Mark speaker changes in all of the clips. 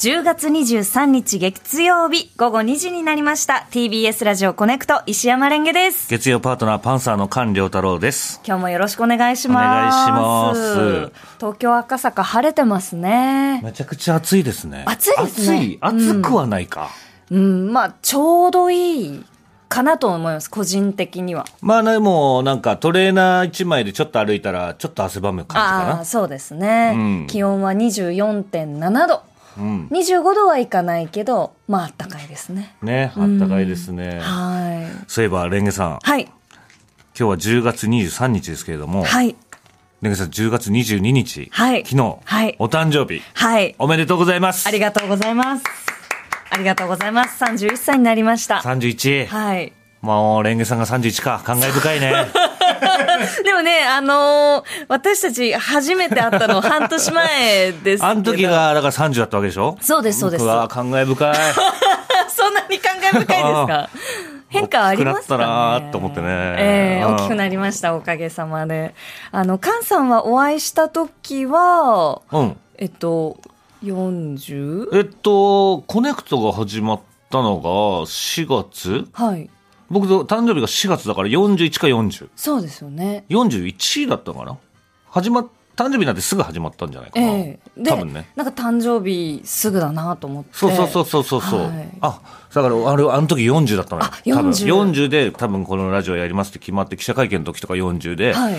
Speaker 1: 10月23日月曜日午後2時になりました TBS ラジオコネクト石山レンゲです
Speaker 2: 月曜パートナーパンサーの菅良太郎です。
Speaker 1: 今日もよろしくお願いします
Speaker 2: お願いします
Speaker 1: 東京赤坂晴れてますね
Speaker 2: めちゃくちゃ暑いですね。
Speaker 1: 暑いですね
Speaker 2: 暑い。暑くはないか。
Speaker 1: うんまあちょうどいいかなと思います個人的には
Speaker 2: まあでも、なんかトレーナー一枚でちょっと歩いたら、ちょっと汗ばむ
Speaker 1: ああ
Speaker 2: 感
Speaker 1: ー
Speaker 2: じ
Speaker 1: そうですね、
Speaker 2: うん
Speaker 1: 気温は24.7度
Speaker 2: かな。うん。
Speaker 1: 25度はいかないけどまああったかいですね
Speaker 2: ね、あったかいですね。
Speaker 1: はい
Speaker 2: そういえば、レンゲさん、今
Speaker 1: はい
Speaker 2: 日は10月23日ですけれども、
Speaker 1: はい
Speaker 2: レンゲさん10月22日、
Speaker 1: はい
Speaker 2: 昨日、
Speaker 1: はい
Speaker 2: お誕生日、
Speaker 1: はい
Speaker 2: おめでとうございます。
Speaker 1: ありがとうございますありがとうございます31歳になりました
Speaker 2: 31。
Speaker 1: はい
Speaker 2: もう、レンゲさんが31か、感慨深 いね。
Speaker 1: でもね、あのー私たち初めて会ったの半年前ですけど。
Speaker 2: あの時が、だから30だったわけでしょ
Speaker 1: そうですそうです
Speaker 2: 僕は感慨深い。
Speaker 1: そんなに感慨深いですか変化ありますか、ね、
Speaker 2: 大きくなったなと思ってね
Speaker 1: ええ
Speaker 2: うん
Speaker 1: 大きくなりました、おかげさまで。あの、菅さんはお会いした時は、
Speaker 2: うん。
Speaker 1: えっと、40?
Speaker 2: えっと、コネクトが始まったのが4月
Speaker 1: はい。
Speaker 2: 僕の誕生日が4月だから41か40。
Speaker 1: そうですよね。
Speaker 2: 41だったかな始まっ、誕生日なんてすぐ始まったんじゃないか
Speaker 1: え
Speaker 2: な。
Speaker 1: えで、
Speaker 2: 多分ね。
Speaker 1: なんか誕生日すぐだなと思って。
Speaker 2: そうそうそうそうそうそう、
Speaker 1: はい
Speaker 2: あ、だからあれ、あの時40だったのよ
Speaker 1: あ。
Speaker 2: 多分
Speaker 1: 40
Speaker 2: 40で多分このラジオやりますって決まって記者会見の時とか40で、
Speaker 1: はい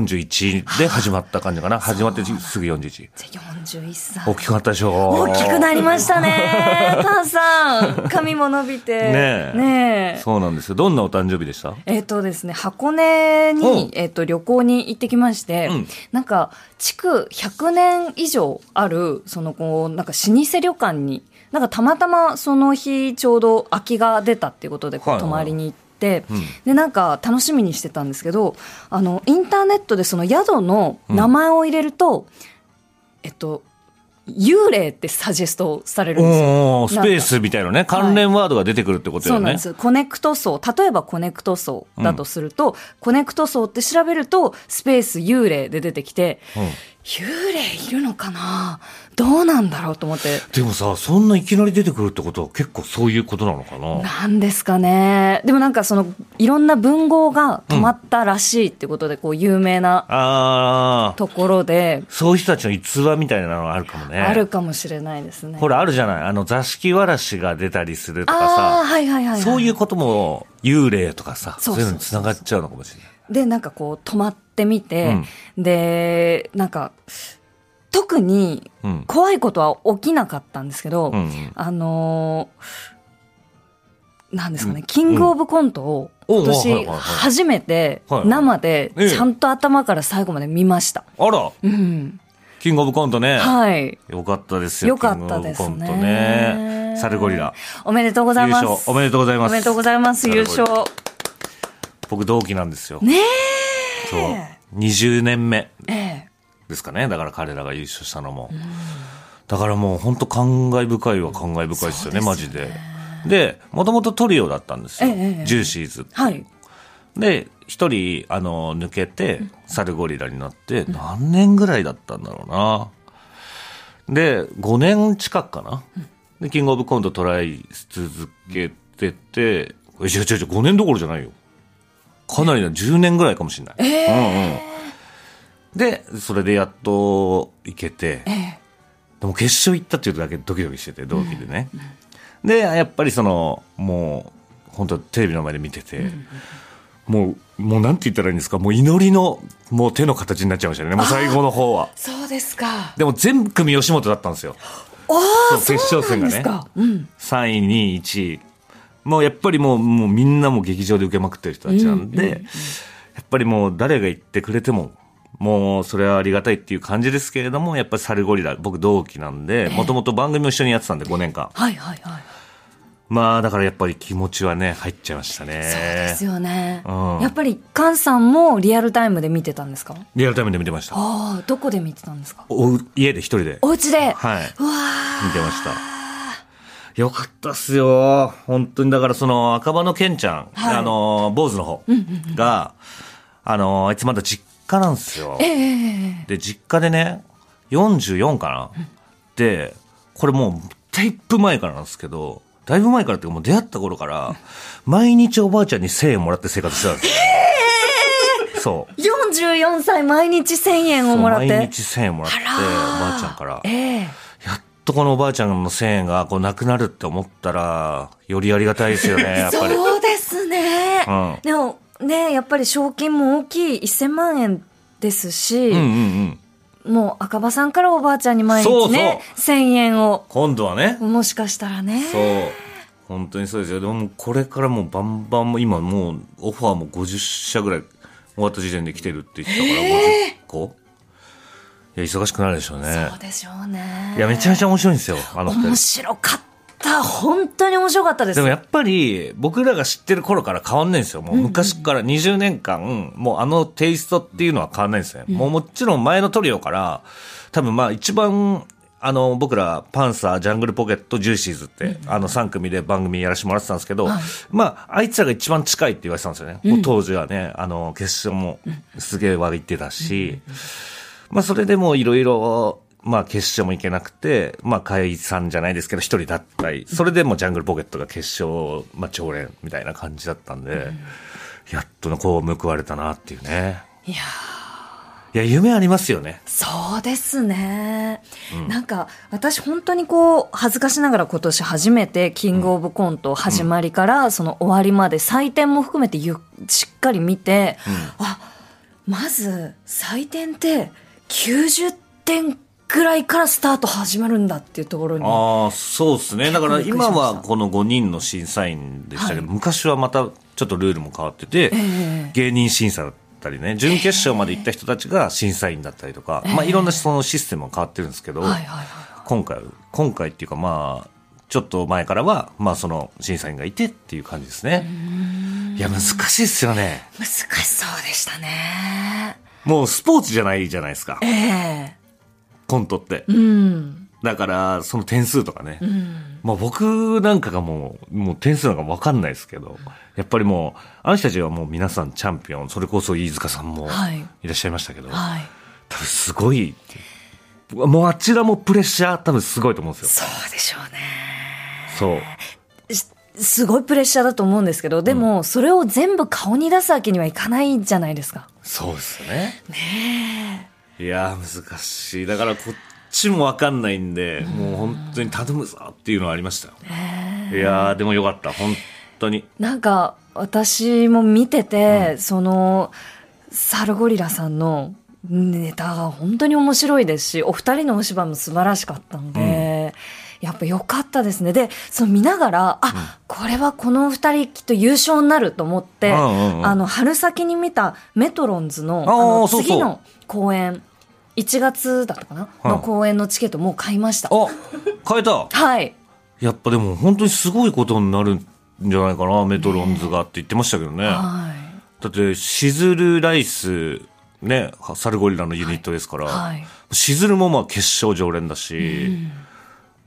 Speaker 2: 41で始まった感じかな。始まってすぐ41。
Speaker 1: じゃあ41歳。
Speaker 2: 大きくなったでしょ
Speaker 1: 大きくなりましたね。 タンさん。髪も伸びて。
Speaker 2: ねえ
Speaker 1: ねえ
Speaker 2: そうなんですよ。どんなお誕生日でした
Speaker 1: えっ、とですね、箱根
Speaker 2: うん
Speaker 1: に、えっ、と、旅行に行ってきまして、
Speaker 2: うん
Speaker 1: なんか、築100年以上ある、その、こう、なんか老舗旅館に、なんかたまたまその日、ちょうど空きが出たっていうことで、こ
Speaker 2: は
Speaker 1: う
Speaker 2: いはい
Speaker 1: 泊まりに行って、
Speaker 2: うん
Speaker 1: で、なんか楽しみにしてたんですけど、あの、インターネットでその宿の名前を入れると、えっと、幽霊ってサジェストされるんですよ。
Speaker 2: おースペースみたいなね、関連ワードが出てくるってことだ
Speaker 1: そう
Speaker 2: よ
Speaker 1: なん
Speaker 2: ね。
Speaker 1: です。コネクト層。例えばコネクト層だとすると、コネクト層って調べると、スペース幽霊で出てきて、
Speaker 2: うん
Speaker 1: 幽霊いるのかなどうなんだろうと思って。
Speaker 2: でもさ、そんないきなり出てくるってことは結構そういうことなのかな。
Speaker 1: なんですかね。でもなんかその、いろんな文豪が止まったらしいってことで、こう、有名な
Speaker 2: あー、
Speaker 1: ところで、
Speaker 2: そういう人たちの逸話みたいなのがあるかもね。
Speaker 1: あるかもしれないですね。
Speaker 2: ほら、あるじゃない。あの、座敷わらしが出たりするとか
Speaker 1: ああ、
Speaker 2: さ、
Speaker 1: はいはいはい、はい。
Speaker 2: そういうことも幽霊とかさ、
Speaker 1: そ
Speaker 2: そうう
Speaker 1: そう
Speaker 2: い
Speaker 1: そうう
Speaker 2: のに繋がっちゃうのかもしれない。
Speaker 1: で、なんかこう、止まってみて、で、なんか、特に
Speaker 2: うん。
Speaker 1: 怖いことは起きなかったんですけど、
Speaker 2: うん。
Speaker 1: あのーなんですかね、キングオブコントを
Speaker 2: うん
Speaker 1: 今
Speaker 2: おうはい
Speaker 1: 年
Speaker 2: はいはい
Speaker 1: 初めて
Speaker 2: はいはい
Speaker 1: 生で
Speaker 2: ええ
Speaker 1: ちゃんと頭から最後まで見ました。
Speaker 2: あら、
Speaker 1: うん。
Speaker 2: キングオブコントね。
Speaker 1: はい。
Speaker 2: よかったですよ。
Speaker 1: よかったです
Speaker 2: キングオブコント
Speaker 1: ね
Speaker 2: ね。。サルゴリラ。。
Speaker 1: おめでとうござ
Speaker 2: 優
Speaker 1: います。
Speaker 2: 勝。おめでとうございます。
Speaker 1: おめでとうございます、優
Speaker 2: サルゴリ
Speaker 1: 勝。
Speaker 2: ラ。僕同期なんですよ。
Speaker 1: ね
Speaker 2: そう。20年目
Speaker 1: え。え
Speaker 2: ですかね。だから彼らが優勝したのも。だからもう本当感慨深いは感慨深いですよね、
Speaker 1: そう
Speaker 2: マ
Speaker 1: です
Speaker 2: ジ
Speaker 1: よ
Speaker 2: で。で、もともとトリオだったんですよ。
Speaker 1: ええええ
Speaker 2: ジューシーズ。
Speaker 1: え。はい。
Speaker 2: で、一人、あの、抜けて、サルゴリラになって、何年ぐらいだったんだろうな。で、5年近くかな。で、キングオブコントトライし続けてて、え違う違う違う、5年どころじゃないよ。かなりな、10年ぐらいかもしれない。うんうん。で、それでやっと行けて、でも決勝行ったっていうだけドキドキしてて、同期でね。で、やっぱりその、もう、本当テレビの前で見てて、もう、もうなんて言ったらいいんですか、もう祈りの、もう手の形になっちゃいましたね、もう最後の方は。
Speaker 1: そうですか。
Speaker 2: でも全組吉本だったんですよ。
Speaker 1: おー、
Speaker 2: そう決勝
Speaker 1: そう
Speaker 2: 戦
Speaker 1: な
Speaker 2: が
Speaker 1: んです
Speaker 2: ね。
Speaker 1: か。うん。
Speaker 2: 3位、2位、1位。もうやっぱりもう、もうみんなもう劇場で受けまくってる人たちなんで、やっぱりもう誰が言ってくれても、もうそれはありがたいっていう感じですけれども、やっぱりサルゴリラ、僕同期なんで、もともと番組も一緒にやってたんで5年間。
Speaker 1: はいはいはい。
Speaker 2: まあだからやっぱり気持ちはね、入っちゃいましたね。
Speaker 1: そうですよね。
Speaker 2: うん
Speaker 1: やっぱり、菅さんもリアルタイムで見てたんですか
Speaker 2: リアルタイムで見てました。
Speaker 1: ああ、どこで見てたんですか
Speaker 2: お家で一人で。
Speaker 1: お家で。
Speaker 2: は
Speaker 1: う
Speaker 2: い。
Speaker 1: わ
Speaker 2: 見てました。よかったっすよ。本当に、だからその赤羽のケンちゃん、
Speaker 1: はい
Speaker 2: あの、坊主の方が、あの、あいつまだ実家なんですよ
Speaker 1: ー。。ええ
Speaker 2: で、実家でね、44かな。で、これもう対一分前からなんですけど、だいぶ前からっていうかもう出会った頃から、毎日おばあちゃんに1000円もらって生活してたんですよ。そう。
Speaker 1: 44歳毎日1000円をもらっ
Speaker 2: そう毎
Speaker 1: て
Speaker 2: 日1000円もらって、お
Speaker 1: あらー
Speaker 2: ばあちゃんから。
Speaker 1: ええ
Speaker 2: やっとこのおばあちゃんの1000円がこうなくなるって思ったら、よりありがたいですよ ね、やっぱり。
Speaker 1: そうですね、
Speaker 2: うん
Speaker 1: でもねやっぱり賞金も大きい1000万円ですし、
Speaker 2: うんうんうん。
Speaker 1: もう赤羽さんからおばあちゃんに毎日ね1000円を
Speaker 2: 今度はね、
Speaker 1: もしかしたらね
Speaker 2: そう。本当にそうですよ。でももうこれからもうバンバンもう今もうオファーも50社ぐらい終わった時点で来てるって言ってたから、50個いや、忙しくなるでしょうね
Speaker 1: そ。うでしょうね
Speaker 2: いや、めちゃめちゃ面白いんですよ、あの二
Speaker 1: 面
Speaker 2: 人。
Speaker 1: 白かった本当に面白かったです
Speaker 2: でもやっぱり僕らが知ってる頃から変わんないんですよ。もう昔から20年間、もうあのテイストっていうのは変わんないんですね。もうもちろん前のトリオから、多分まあ一番、あの僕らパンサー、ジャングルポケット、ジューシーズって、あの3組で番組やらせてもらってたんですけど、まああいつらが一番近いって言われてたんですよね。もう当時はね、あの決勝もすげえ悪いってたし、まあ、それでもいろいろ、まあ、決勝も行けなくて、まあ、解散じゃないですけど、一人だったり、それでもジャングルポケットが決勝、まあ、常連みたいな感じだったんで、やっとのこう報われたなっていうね。
Speaker 1: いや
Speaker 2: いや、夢ありますよね。
Speaker 1: そうですね、なんか私本当にこう恥ずかしながら今年初めて「キングオブコント」始まりから、その終わりまで採点も含めてゆしっかり見て、あまず採点って90点ぐらいからスタート始まるんだっていうところに
Speaker 2: ああ、そうですね。だから
Speaker 1: びっくりしま
Speaker 2: 今
Speaker 1: した
Speaker 2: はこの5人の審査員でしたけど、
Speaker 1: はい
Speaker 2: 昔はまたちょっとルールも変わってて、
Speaker 1: え
Speaker 2: 芸人審査だったりね、準決勝まで行った人たちが審査員だったりとか、まあいろんなそのシステムが変わってるんですけど、
Speaker 1: はいはいはいは
Speaker 2: 今回、今回っていうかまあ、ちょっと前からは、まあその審査員がいてっていう感じですね。いや、難しいですよね。
Speaker 1: い難しそうでしたね
Speaker 2: もうスポーツじゃないじゃないですか
Speaker 1: え、え
Speaker 2: コントって。
Speaker 1: うん
Speaker 2: だから、その点数とかね。
Speaker 1: うん
Speaker 2: まあ僕なんかがもう、もう点数なんかわかんないですけど、やっぱりもう、あの人たちはもう皆さんチャンピオン、それこそ飯塚さんも
Speaker 1: はい
Speaker 2: いらっしゃいましたけど、
Speaker 1: はい
Speaker 2: 多分すごい、もうあちらもプレッシャー多分すごいと思うんですよ。
Speaker 1: そうでしょうね
Speaker 2: そう。
Speaker 1: しすごいプレッシャーだと思うんですけど、でも、それを全部顔に出すわけにはいかないじゃないですか。
Speaker 2: そうですよね。ねいやー難しい。だからこっちもわかんないんで、もう本当に頼むぞっていうのはありましたよ。いやーでもよかった、本当に。
Speaker 1: なんか、私も見てて、その、サルゴリラさんのネタが本当に面白いですし、お二人のお芝居も素晴らしかったので、やっぱ良かったですね。で、その見ながら、あ、これはこのお二人きっと優勝になると思って、
Speaker 2: うんうんうん
Speaker 1: あの、春先に見たメトロンズの、あ
Speaker 2: あー
Speaker 1: の
Speaker 2: そうそう
Speaker 1: 次の公演、1月だったかな、
Speaker 2: うん
Speaker 1: の公演のチケットもう買いました。
Speaker 2: あ変えた
Speaker 1: はい。
Speaker 2: やっぱでも本当にすごいことになるんじゃないかな、メトロンズがって言ってましたけどね。だ
Speaker 1: はい。
Speaker 2: って、シズルライス、ね、サルゴリラのユニットですから、
Speaker 1: はい。
Speaker 2: シズルもまあ決勝常連だし、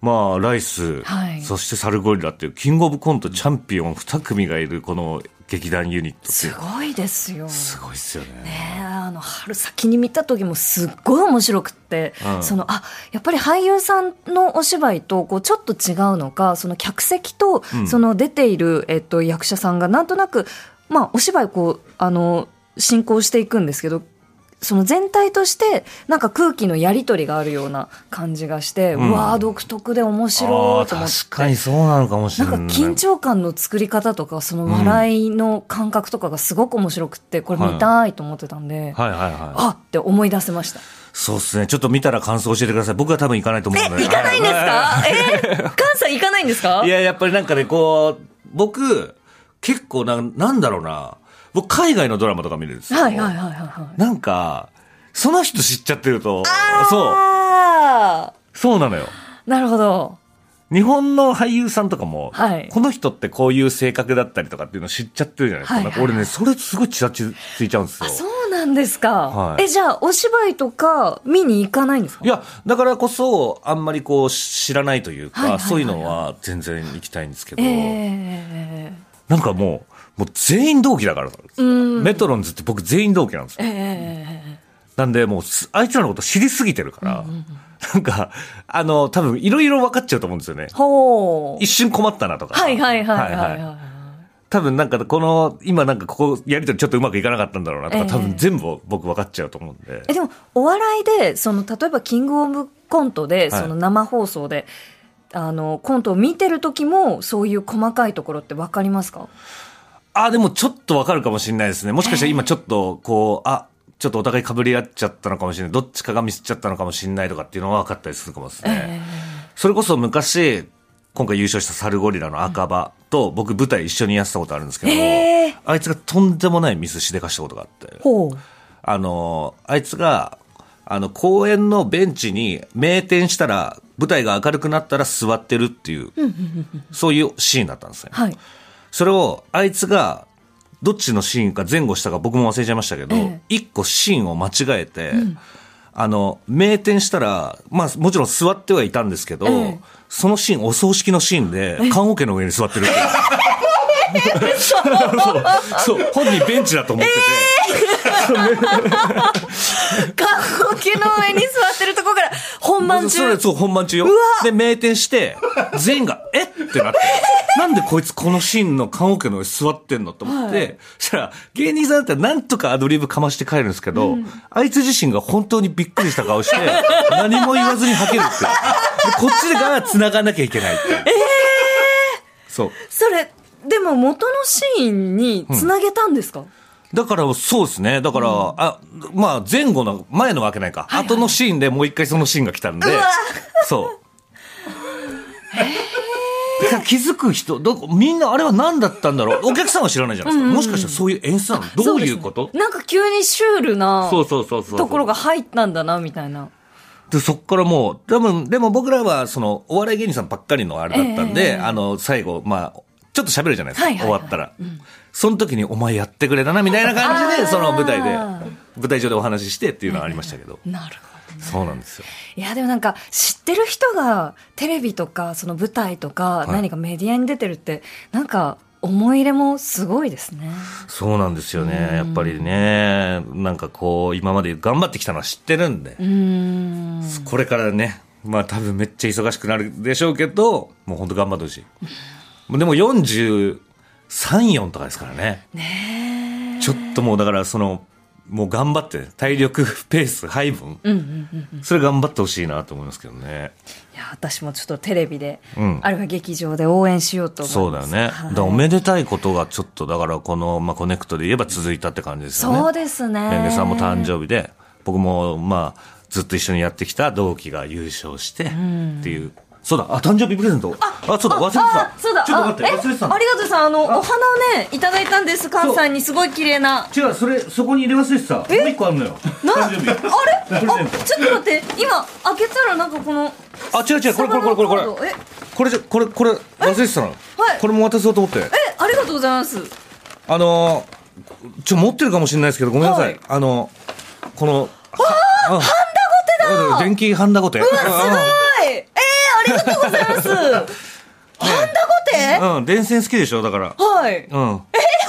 Speaker 2: まあ、ライス、
Speaker 1: はい
Speaker 2: そしてサルゴリラっていう、キングオブコントチャンピオン2組がいるこの劇団ユニットってい
Speaker 1: す
Speaker 2: う。
Speaker 1: ごいですよ。
Speaker 2: すごいっすよね。
Speaker 1: ねあの春先に見た時もすっごい面白くって、
Speaker 2: うん
Speaker 1: そのあやっぱり俳優さんのお芝居とこうちょっと違うのかその客席と
Speaker 2: ん
Speaker 1: その出ている、えっと、役者さんがなんとなく、まあ、お芝居こうあの進行していくんですけどその全体としてなんか空気のやり取りがあるような感じがして、
Speaker 2: う
Speaker 1: うんわあ独特で面白
Speaker 2: あ
Speaker 1: いと思っ
Speaker 2: ー
Speaker 1: て
Speaker 2: 確。かにそうなのかもし
Speaker 1: な
Speaker 2: れ
Speaker 1: ん
Speaker 2: な
Speaker 1: か
Speaker 2: い。
Speaker 1: 緊張感の作り方とか、その笑いの感覚とかがすごく面白くって、これ見たいと思ってたんで、
Speaker 2: はいはいはい。
Speaker 1: あって思い出せました。
Speaker 2: そうっすね。ちょっと見たら感想教えてください。僕は多分行かないと思うので。
Speaker 1: 行かないんですかえー、関西行かないんですか
Speaker 2: いや、やっぱりなんかね、こう、僕、結構な、なんだろうな。僕、海外のドラマとか見るんですよ。
Speaker 1: はいはいはいはいはい。
Speaker 2: なんか、その人知っちゃってると、そう、
Speaker 1: あ
Speaker 2: そうなのよ。
Speaker 1: ーなるほど。
Speaker 2: 日本の俳優さんとかも、
Speaker 1: はい
Speaker 2: この人ってこういう性格だったりとかっていうの知っちゃってるじゃないですか。
Speaker 1: はい
Speaker 2: なんか俺ね、それすごいちらついちゃうんです
Speaker 1: あ、。
Speaker 2: よ
Speaker 1: そうなんですか。
Speaker 2: はい
Speaker 1: え、じゃあ、お芝居とか見に行かないんですか
Speaker 2: いや、だからこそ、あんまりこう、知らないというか、
Speaker 1: はいはいはいはい
Speaker 2: そういうのは全然行きたいんですけど、
Speaker 1: ええ
Speaker 2: なんかもう、もう全員同期だから、
Speaker 1: うん
Speaker 2: メトロンズって僕全員同期なんですよ
Speaker 1: ええ
Speaker 2: なんで、もうす、あいつらのこと知りすぎてるから、なんか、あの、多分いろいろ分かっちゃうと思うんですよね。
Speaker 1: ほう
Speaker 2: 一。瞬困ったなとか。
Speaker 1: はいはいはいはいはい。
Speaker 2: 多分なんかこの、今なんかここやりとりちょっとうまくいかなかったんだろうなとか、
Speaker 1: ええ
Speaker 2: 多分全部僕分かっちゃうと思うんで
Speaker 1: え。でもお笑いでその例えばキングオブコントで
Speaker 2: はい
Speaker 1: その生放送で、あのコントを見てる時もそういう細かいところってわかりますか？
Speaker 2: あ、でもちょっと分かるかもしれないですね。もしかしたら今ちょっとこう、あ、ちょっとお互い被り合っちゃったのかもしれない。どっちかがミスっちゃったのかもしれないとかっていうのは分かったりするかもですね。それこそ昔、今回優勝したサルゴリラの赤羽と僕舞台一緒にやってたことあるんですけど、
Speaker 1: ええ
Speaker 2: あいつがとんでもないミスしでかしたことがあって。
Speaker 1: ほう。
Speaker 2: あの、あいつが、あの、公園のベンチに名店したら、舞台が明るくなったら座ってるっていう、そういうシーンだったんですよ。
Speaker 1: はい。
Speaker 2: それを、あいつが、どっちのシーンか前後したか僕も忘れちゃいましたけど、
Speaker 1: え
Speaker 2: 一個シーンを間違えて、あの、名店したら、まあもちろん座ってはいたんですけど、
Speaker 1: ええ
Speaker 2: そのシーン、お葬式のシーンで、棺桶の上に座ってるってい う。そう、そう本人ベンチだと思ってて。
Speaker 1: 棺桶の上に座ってるとこから本番
Speaker 2: それ
Speaker 1: 中。
Speaker 2: そう、本番中よ。で、名店して、全員が、 えってなって。なんでこいつこのシーンの棺桶の上座ってんのと思って、そしたら、芸人さんだったらなんとかアドリブかまして帰るんですけど、あいつ自身が本当にびっくりした顔 して、何も言わずに吐けるっていう。でこっちが繋がんなきゃいけないって いう。そう。
Speaker 1: それでも元のシーンにつなげたんですか？
Speaker 2: だから、そうですね。だから、あ、まあ、前後の、前のわけないか。
Speaker 1: はいはい
Speaker 2: 後のシーンでもう一回そのシーンが来たんで
Speaker 1: うわ、
Speaker 2: そう。だから気づく人、どこ、みんなあれは何だったんだろう。お客さんは知らないじゃないですか。もしかしたらそういう演出なのどういうこと
Speaker 1: そですねなんか急にシュールな
Speaker 2: そうそうそうそう。
Speaker 1: ところが入ったんだなみたいな。
Speaker 2: で、そっからもう、多分、でも僕らは、その、お笑い芸人さんばっかりのあれだったんで、あの、最後、まあ、ちょっと喋るじゃないですか、
Speaker 1: はいはいはい
Speaker 2: 終わったら。その時に、お前やってくれたな、みたいな感じ
Speaker 1: あ
Speaker 2: で、
Speaker 1: ー
Speaker 2: その舞台で、舞台上でお話ししてっていうのはありましたけど。
Speaker 1: なるほど。
Speaker 2: そうなんですよ。
Speaker 1: いやでもなんか知ってる人がテレビとかその舞台とか
Speaker 2: い
Speaker 1: 何かメディアに出てるってなんか思い入れもすごいですね。
Speaker 2: そうなんですよね。やっぱりね、なんかこう、今まで頑張ってきたのは知ってるんで、
Speaker 1: うーん。
Speaker 2: これからね、まあ多分めっちゃ忙しくなるでしょうけど、もう本当頑張ってほしい。でも43、4とかですからね。
Speaker 1: ね
Speaker 2: ちょっともうだからその、もう頑張って、体力、ペース、配分。
Speaker 1: え。うんうんうん。
Speaker 2: それ頑張ってほしいなと思いますけどね。
Speaker 1: いや私もちょっとテレビで、
Speaker 2: うん
Speaker 1: あるいは劇場で応援しようと
Speaker 2: そ
Speaker 1: 思
Speaker 2: う
Speaker 1: い
Speaker 2: だ
Speaker 1: ま
Speaker 2: よ
Speaker 1: す。
Speaker 2: ね。だ
Speaker 1: はい
Speaker 2: からおめでたいことがちょっと、だからこの、まあ、コネクトで言えば続いたって感じですよね。
Speaker 1: そうですね。
Speaker 2: レンゲさんも誕生日で、僕もまあ、ずっと一緒にやってきた同期が優勝して、っていう。そうだ、あ、誕生日プレゼント。あ、そうだ、忘れて
Speaker 1: あ
Speaker 2: た。
Speaker 1: そうだ。
Speaker 2: ちょっと待って、
Speaker 1: あ
Speaker 2: 忘れてた
Speaker 1: えありがとうさん、あの、お花をね、いただいたんです、菅さんに。すごい綺麗な。
Speaker 2: の。違う、それ、そこに入れ忘れてた。もう一個あるのよ。
Speaker 1: な、
Speaker 2: 誕
Speaker 1: あ
Speaker 2: 生
Speaker 1: れ
Speaker 2: 日。
Speaker 1: あ、ちょっと待って、今、開けたらなんかこの、
Speaker 2: あ、違う違う、これこれこれこれこれ。
Speaker 1: え、
Speaker 2: これじゃ、これ、これ、忘れてたの。
Speaker 1: はい
Speaker 2: これも渡そうと思って。
Speaker 1: え、ありがとうございます。
Speaker 2: あのー、ちょ、持ってるかもしれないですけど、ごめんなさい。
Speaker 1: はい
Speaker 2: あの、この、は、ハンダゴテだ電気ハンダゴテ。うわ、
Speaker 1: すごいえー、ありがとうございます。ハンダゴテ
Speaker 2: うん、電線好きでしょ、だから。
Speaker 1: はい。
Speaker 2: う
Speaker 1: あり
Speaker 2: ん。
Speaker 1: がとう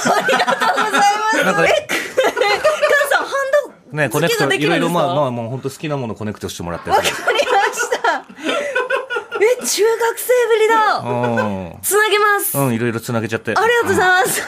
Speaker 1: ございます。え、菅さん、ハンダ
Speaker 2: ね、コ
Speaker 1: ゴ
Speaker 2: ネ
Speaker 1: テ
Speaker 2: ク
Speaker 1: が
Speaker 2: ト、
Speaker 1: で
Speaker 2: い
Speaker 1: き
Speaker 2: ろ
Speaker 1: る
Speaker 2: い
Speaker 1: んで
Speaker 2: ろ
Speaker 1: す
Speaker 2: まあま
Speaker 1: か
Speaker 2: あ、もう本当好きなものコネクトしてもらって。
Speaker 1: わかりました。え、中学生ぶりだ。
Speaker 2: う
Speaker 1: つなげます。あ
Speaker 2: ん。うん、いろいろ繋げちゃって。
Speaker 1: りがとうございます。